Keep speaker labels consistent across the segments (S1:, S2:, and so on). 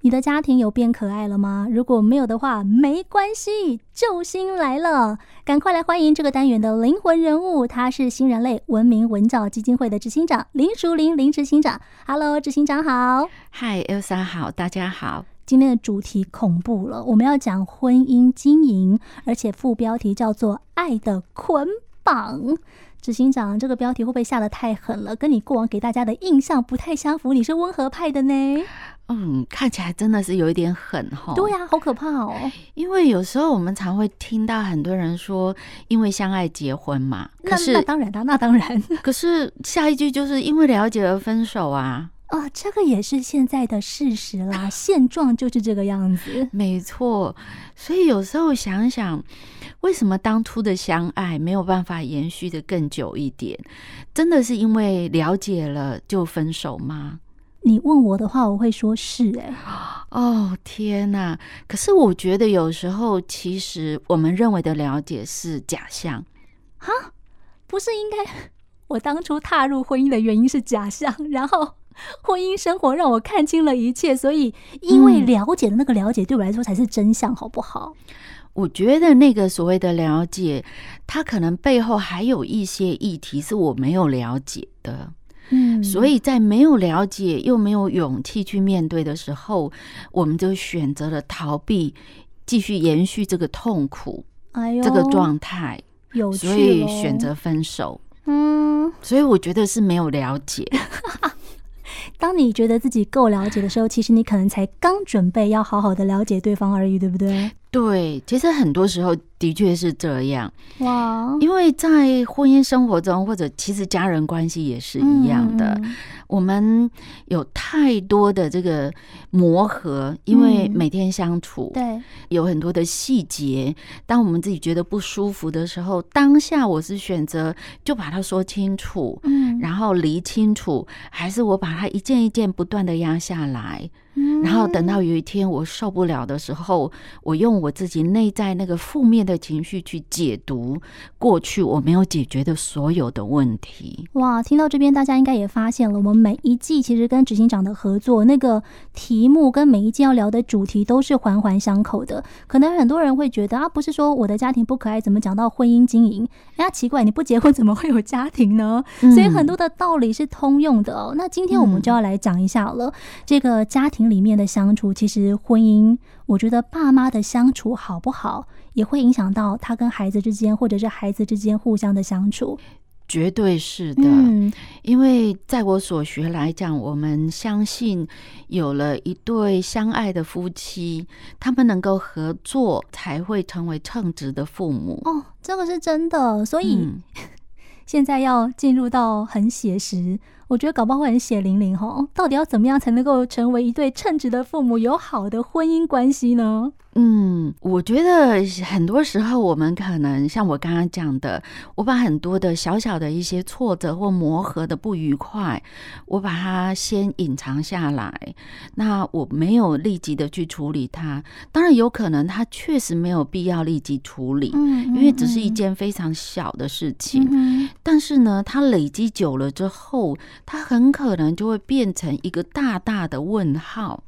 S1: 你的家庭有变可爱了吗？如果没有的话，没关系，救星来了！赶快来欢迎这个单元的灵魂人物，他是新人类文明文教基金会的执行长林淑玲林执行长。Hello，执行长好。
S2: 嗨，Elsa 好，大家好。
S1: 今天的主题恐怖了，我们要讲婚姻经营，而且副标题叫做“爱的捆绑”。执行长，这个标题会不会下得太狠了？跟你过往给大家的印象不太相符。你是温和派的呢？
S2: 嗯，看起来真的是有一点狠哈。
S1: 对呀、啊，好可怕哦。
S2: 因为有时候我们常会听到很多人说，因为相爱结婚嘛。
S1: 可是那当然啦，那当然。
S2: 可是下一句就是因为了解而分手啊。
S1: 啊、哦，这个也是现在的事实啦，现状就是这个样子。
S2: 没错，所以有时候想想，为什么当初的相爱没有办法延续的更久一点？真的是因为了解了就分手吗？
S1: 你问我的话，我会说是哎、欸。
S2: 哦天哪！可是我觉得有时候，其实我们认为的了解是假象。
S1: 哈，不是应该我当初踏入婚姻的原因是假象，然后。婚姻生活让我看清了一切，所以因
S2: 嗯
S1: 为了解的那个了解对我来说才是真相，好不好？
S2: 我觉得那个所谓的了解，它可能背后还有一些议题是我没有了解的。
S1: 嗯，
S2: 所以在没有了解又没有勇气去面对的时候，我们就选择了逃避，继续延续这个痛苦，
S1: 哎呦，
S2: 这个状态，
S1: 有
S2: 所以选择分手。
S1: 嗯，
S2: 所以我觉得是没有了解。
S1: 当你觉得自己够了解的时候，其实你可能才刚准备要好好的了解对方而已，对不对？
S2: 对，其实很多时候的确是这样。
S1: 哇，
S2: 因为在婚姻生活中，或者其实家人关系也是一样的，
S1: 嗯嗯
S2: 我们有太多的这个磨合，因为每天相处，
S1: 嗯对，
S2: 有很多的细节。当我们自己觉得不舒服的时候，当下我是选择就把它说清楚，
S1: 嗯，
S2: 然后理清楚，还是我把它一件一件不断的压下来？然
S1: 嗯
S2: 后等到有一天我受不了的时候，我用我自己内在那个负面的情绪去解读过去我没有解决的所有的问题。
S1: 哇，听到这边大家应该也发现了，我们每一季其实跟执行长的合作，那个题目跟每一季要聊的主题都是环环相扣的。可能很多人会觉得啊，不是说我的家庭不可爱，怎么讲到婚姻经营？哎呀，奇怪，你不结婚怎么会有家庭呢？
S2: 嗯
S1: 所以很多的道理是通用的哦。那今天我们就要来讲一下好了，这个家庭里面的相处，其实婚姻，我觉得爸妈的相处好不好，也会影响到他跟孩子之间，或者是孩子之间互相的相处。
S2: 绝对是的，
S1: 嗯，
S2: 因为在我所学来讲，我们相信有了一对相爱的夫妻，他们能够合作，才会成为称职的父母。
S1: 哦，这个是真的。所以
S2: 嗯，
S1: 现在要进入到很写实，我觉得搞不好会很血淋淋哦。到底要怎么样才能够成为一对称职的父母，有好的婚姻关系呢？
S2: 嗯，我觉得很多时候我们可能像我刚刚讲的，我把很多的小小的一些挫折或磨合的不愉快，我把它先隐藏下来，那我没有立即的去处理它。当然，有可能它确实没有必要立即处理，
S1: 嗯
S2: 因为只是一件非常小的事情。
S1: 嗯
S2: 但是呢，它累积久了之后，它很可能就会变成一个大大的问号。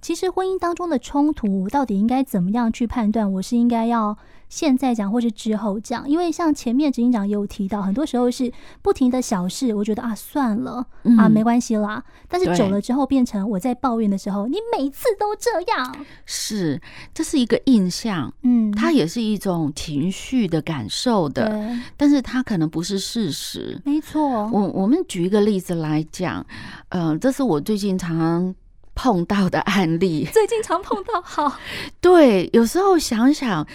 S1: 其实婚姻当中的冲突到底应该怎么样去判断？我是应该要现在讲，或是之后讲？因为像前面执行长也有提到，很多时候是不停的小事，我觉得啊算了
S2: 嗯
S1: 啊没关系啦，但是
S2: 对
S1: 久了之后变成我在抱怨的时候，你每次都这样，
S2: 是，这是一个印象。
S1: 嗯，
S2: 它也是一种情绪的感受的，
S1: 对，
S2: 但是它可能不是事实。
S1: 没错，
S2: 我我们举一个例子来讲，呃，这是我最近常常碰到的案例。
S1: 最近常碰到，好，
S2: 对，有时候想想，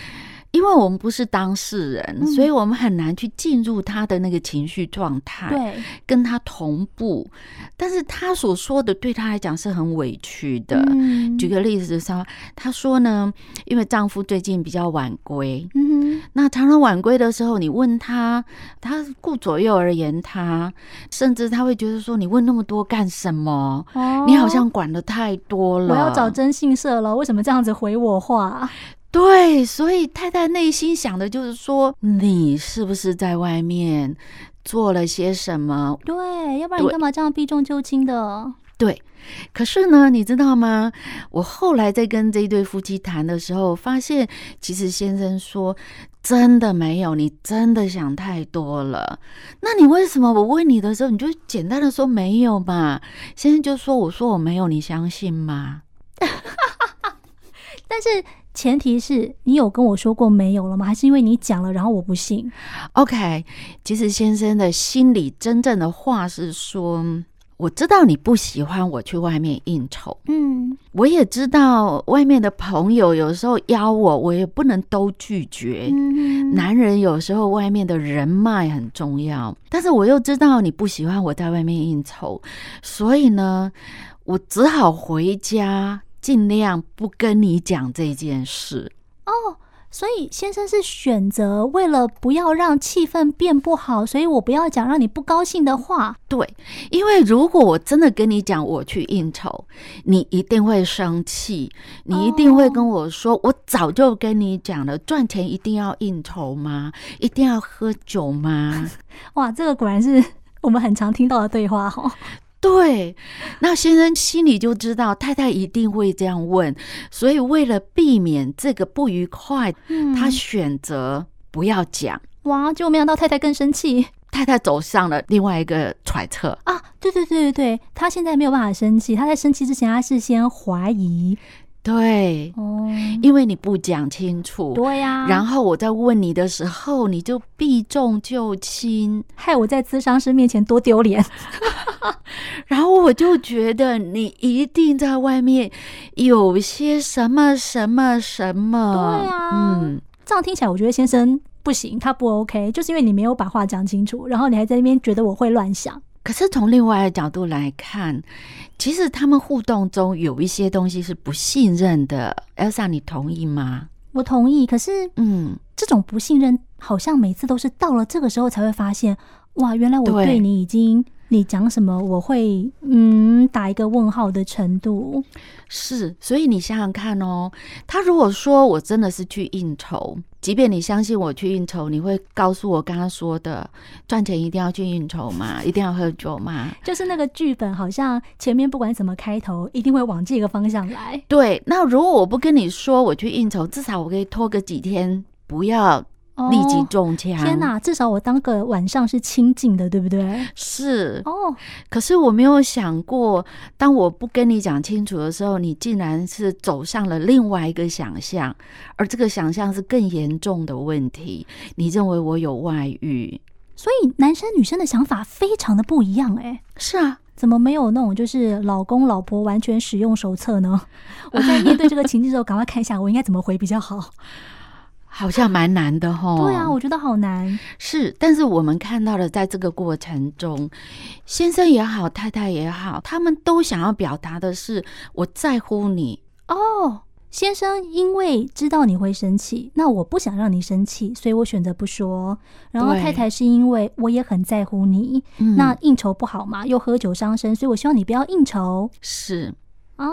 S2: 因为我们不是当事人，
S1: 嗯
S2: 所以我们很难去进入他的那个情绪状态，
S1: 对
S2: 跟他同步。但是他所说的对他来讲是很委屈的。
S1: 嗯
S2: 举个例子上，她说呢，因为丈夫最近比较晚归，
S1: 嗯哼
S2: 那常常晚归的时候，你问他，他顾左右而言他，甚至他会觉得说你问那么多干什么？
S1: 哦
S2: 你好像管的太多了。
S1: 我要找征信社了，为什么这样子回我话？
S2: 对，所以太太内心想的就是说，你是不是在外面做了些什么？
S1: 对，要不然你
S2: 对
S1: 干嘛这样避重就轻的？
S2: 对，可是呢，你知道吗？我后来在跟这一对夫妻谈的时候，发现其实先生说真的没有，你真的想太多了。那你为什么我问你的时候，你就简单的说没有嘛？先生就说我说我没有，你相信吗？
S1: 但是前提是你有跟我说过没有了吗？还是因为你讲了，然后我不信？
S2: OK，其实先生的心里真正的话是说，我知道你不喜欢我去外面应酬，
S1: 嗯，
S2: 我也知道外面的朋友有时候邀我，我也不能都拒绝。
S1: 嗯
S2: 男人有时候外面的人脉很重要，但是我又知道你不喜欢我在外面应酬，所以呢，我只好回家，尽量不跟你讲这件事。
S1: 哦，所以先生是选择为了不要让气氛变不好，所以我不要讲让你不高兴的话。
S2: 对，因为如果我真的跟你讲我去应酬，你一定会生气，你一定会跟我说，我早就跟你讲了，赚钱一定要应酬吗？一定要喝酒吗？
S1: 哇，这个果然是我们很常听到的对话哦。
S2: 对，那先生心里就知道太太一定会这样问，所以为了避免这个不愉快，
S1: 嗯
S2: 他选择不要讲。
S1: 哇，就没想到太太更生气
S2: 太太走上了另外一个揣测，
S1: 啊！对对对对对，她现在没有办法生气，她在生气之前，她是先怀疑
S2: 对，
S1: 哦，
S2: 因为你不讲清楚，
S1: 对啊呀、
S2: 然后我在问你的时候，你就避重就轻，
S1: 害我在咨商师面前多丢脸。
S2: 然后我就觉得你一定在外面有些什么什么什么。
S1: 对啊
S2: 嗯，
S1: 这样听起来，我觉得先生不行，他不 OK，就是因为你没有把话讲清楚，然后你还在那边觉得我会乱想。
S2: 可是从另外的角度来看，其实他们互动中有一些东西是不信任的。Elsa，你同意吗？
S1: 我同意，可是
S2: 嗯，
S1: 这种不信任好像每次都是到了这个时候才会发现，哇，原来我
S2: 对
S1: 对你已经。你讲什么，我会嗯打一个问号的程度。
S2: 是，所以你想想看哦，他如果说我真的是去应酬，即便你相信我去应酬，你会告诉我刚刚说的，赚钱一定要去应酬嘛，一定要喝酒嘛？
S1: 就是那个剧本，好像前面不管怎么开头，一定会往这个方向来。
S2: 对，那如果我不跟你说我去应酬，至少我可以拖个几天，不要
S1: 哦
S2: 立即中枪。
S1: 天！哪，至少我当个晚上是清静的，对不对？
S2: 是，
S1: 哦，
S2: 可是我没有想过，当我不跟你讲清楚的时候，你竟然是走上了另外一个想象，而这个想象是更严重的问题。你认为我有外遇？
S1: 所以男生女生的想法非常的不一样哎、
S2: 是啊，
S1: 怎么没有那种就是老公老婆完全使用手册呢？我在面对这个情境的时候，赶快看一下我应该怎么回比较好。
S2: 好像蛮难的吼。
S1: 对啊，我觉得好难。
S2: 是，但是我们看到了，在这个过程中，先生也好，太太也好，他们都想要表达的是我在乎你。
S1: 哦，先生，因为知道你会生气，那我不想让你生气，所以我选择不说。然后
S2: 对
S1: 太太是因为我也很在乎你，
S2: 嗯
S1: 那应酬不好嘛，又喝酒伤身，所以我希望你不要应酬
S2: 是
S1: 啊。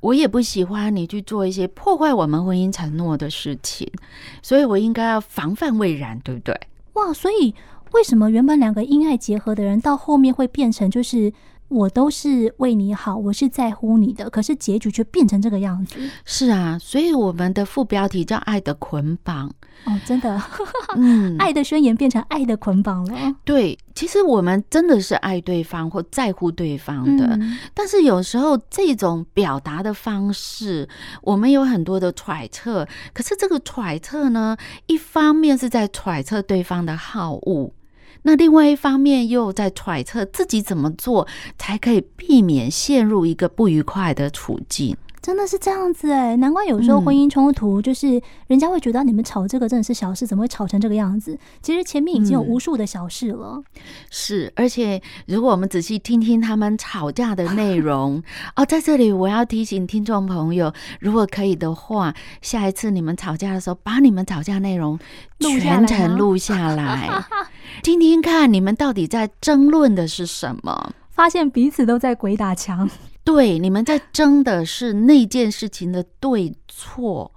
S2: 我也不喜欢你去做一些破坏我们婚姻承诺的事情，所以我应该要防范未然，对不对？
S1: 哇，所以为什么原本两个因爱结合的人，到后面会变成就是我都是为你好，我是在乎你的，可是结局却变成这个样子？
S2: 是啊，所以我们的副标题叫“爱的捆绑。
S1: 哦，真的，”
S2: 嗯，
S1: 爱的宣言变成爱的捆绑了。
S2: 对，其实我们真的是爱对方或在乎对方的，
S1: 嗯，
S2: 但是有时候这种表达的方式，我们有很多的揣测。可是这个揣测呢，一方面是在揣测对方的好恶，那另外一方面又在揣测自己怎么做才可以避免陷入一个不愉快的处境。
S1: 真的是这样子哎，难怪有时候
S2: 嗯
S1: 婚姻冲突就是人家会觉得你们吵这个真的是小事，怎么会吵成这个样子？其实前面已经有
S2: 嗯
S1: 无数的小事了。
S2: 是，而且如果我们仔细听听他们吵架的内容哦，在这里我要提醒听众朋友，如果可以的话，下一次你们吵架的时候，把你们吵架内容
S1: 录下
S2: 全
S1: 来
S2: 程
S1: 吗
S2: 录下来，听听看你们到底在争论的是什么。
S1: 发现彼此都在鬼打墙，
S2: 对，你们在争的是那件事情的对错，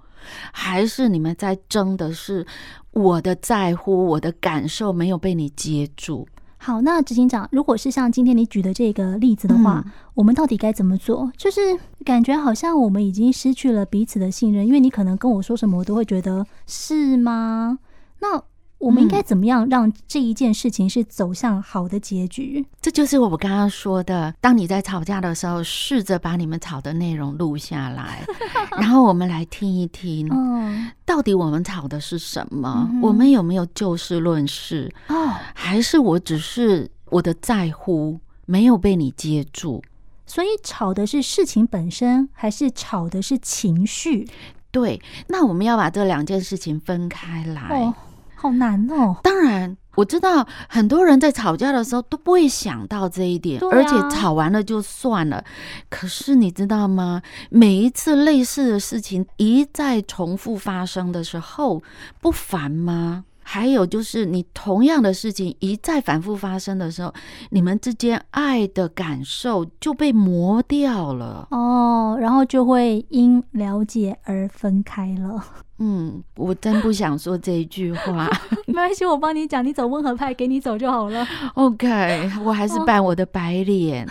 S2: 还是你们在争的是我的在乎，我的感受没有被你接住？
S1: 好，那执行长，如果是像今天你举的这个例子的话，我们到底该怎么做？就是感觉好像我们已经失去了彼此的信任，因为你可能跟我说什么，我都会觉得是吗？那我们应该怎么样让这一件事情是走向好的结局？
S2: 这就是我刚刚说的，当你在吵架的时候，试着把你们吵的内容录 下来，然后我们来听一听，
S1: 嗯，
S2: 到底我们吵的是什么？
S1: 嗯哼
S2: 我们有没有就事论事？
S1: 哦，
S2: 还是我只是我的在乎没有被你接住？
S1: 所以吵的是事情本身，还是吵的是情绪？
S2: 对，那我们要把这两件事情分开来。
S1: 哦，好难哦。
S2: 当然，我知道很多人在吵架的时候都不会想到这一点，
S1: 对啊
S2: 而且吵完了就算了。可是你知道吗？每一次类似的事情一再重复发生的时候，不烦吗？还有就是，你同样的事情一再反复发生的时候，你们之间爱的感受就被磨掉了。
S1: 哦，然后就会因了解而分开了。
S2: 嗯，我真不想说这一句话。
S1: 没关系，我帮你讲，你走温和派，给你走就好了。
S2: OK，我还是
S1: 哦
S2: 扮我的白脸。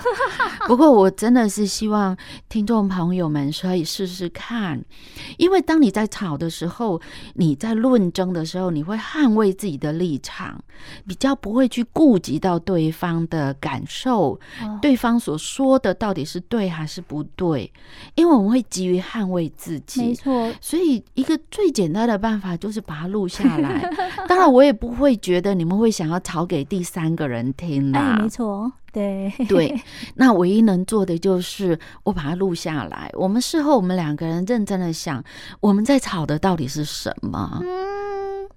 S2: 不过我真的是希望听众朋友们可以试试看，因为当你在吵的时候，你在论争的时候，你会捍卫自己的立场，比较不会去顾及到对方的感受，
S1: 哦
S2: 对方所说的到底是对还是不对，因为我们会急于捍卫自己。
S1: 没错，
S2: 所以，一个最简单的办法就是把它录下 来。当然，我也不会觉得你们会想要吵给第三个人听
S1: 哎，
S2: 啦。
S1: 没错，对，
S2: 对，那唯一能做的就是我把它录下来。我们事后我们两个人认真的想，我们在吵的到底是什么？
S1: 嗯，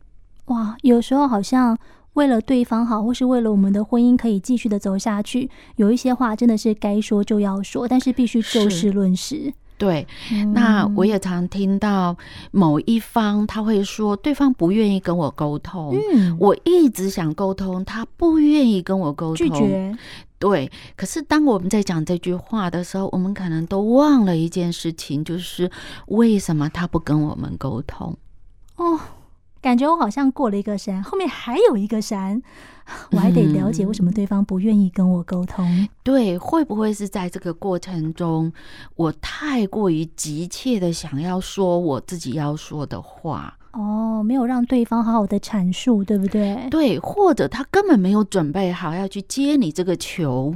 S1: 哇，有时候好像为了对方好，或是为了我们的婚姻可以继续的走下去，有一些话真的是该说就要说，但是必须就是事论事。
S2: 对，那
S1: 嗯
S2: 我也常听到某一方他会说，对方不愿意跟我沟通，
S1: 嗯，
S2: 我一直想沟通，他不愿意跟我沟通，
S1: 拒绝
S2: 对，可是当我们在讲这句话的时候，我们可能都忘了一件事情，就是为什么他不跟我们沟通？
S1: 哦。感觉我好像过了一个山，后面还有一个山， 我还得了解为什么对方不愿意跟我沟通。
S2: 嗯对，会不会是在这个过程中，我太过于急切的想要说我自己要说的话？
S1: 哦，没有让对方好好的阐述，对不对？
S2: 对，或者他根本没有准备好要去接你这个球。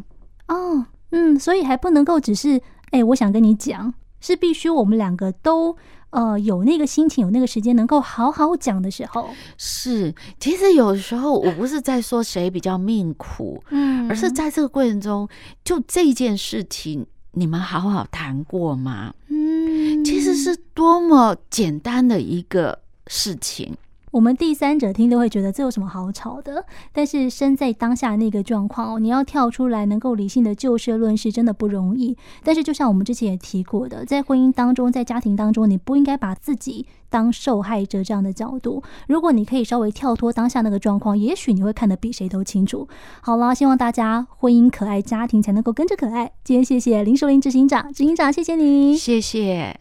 S1: 哦，嗯，所以还不能够只是，哎、我想跟你讲，是必须我们两个都呃有那个心情，有那个时间，能够好好讲的时候，
S2: 是，其实有时候我不是在说谁比较命苦，
S1: 嗯
S2: 而是在这个过程中，就这件事情，你们好好谈过吗？
S1: 嗯，
S2: 其实是多么简单的一个事情。
S1: 我们第三者听都会觉得这有什么好吵的，但是身在当下那个状况哦，你要跳出来，能够理性的就事论事，真的不容易。但是就像我们之前也提过的，在婚姻当中，在家庭当中，你不应该把自己当受害者这样的角度。如果你可以稍微跳脱当下那个状况，也许你会看得比谁都清楚。好啦，希望大家婚姻可爱，家庭才能够跟着可爱。今天谢谢林守林执行长，执行长谢谢你，
S2: 谢谢。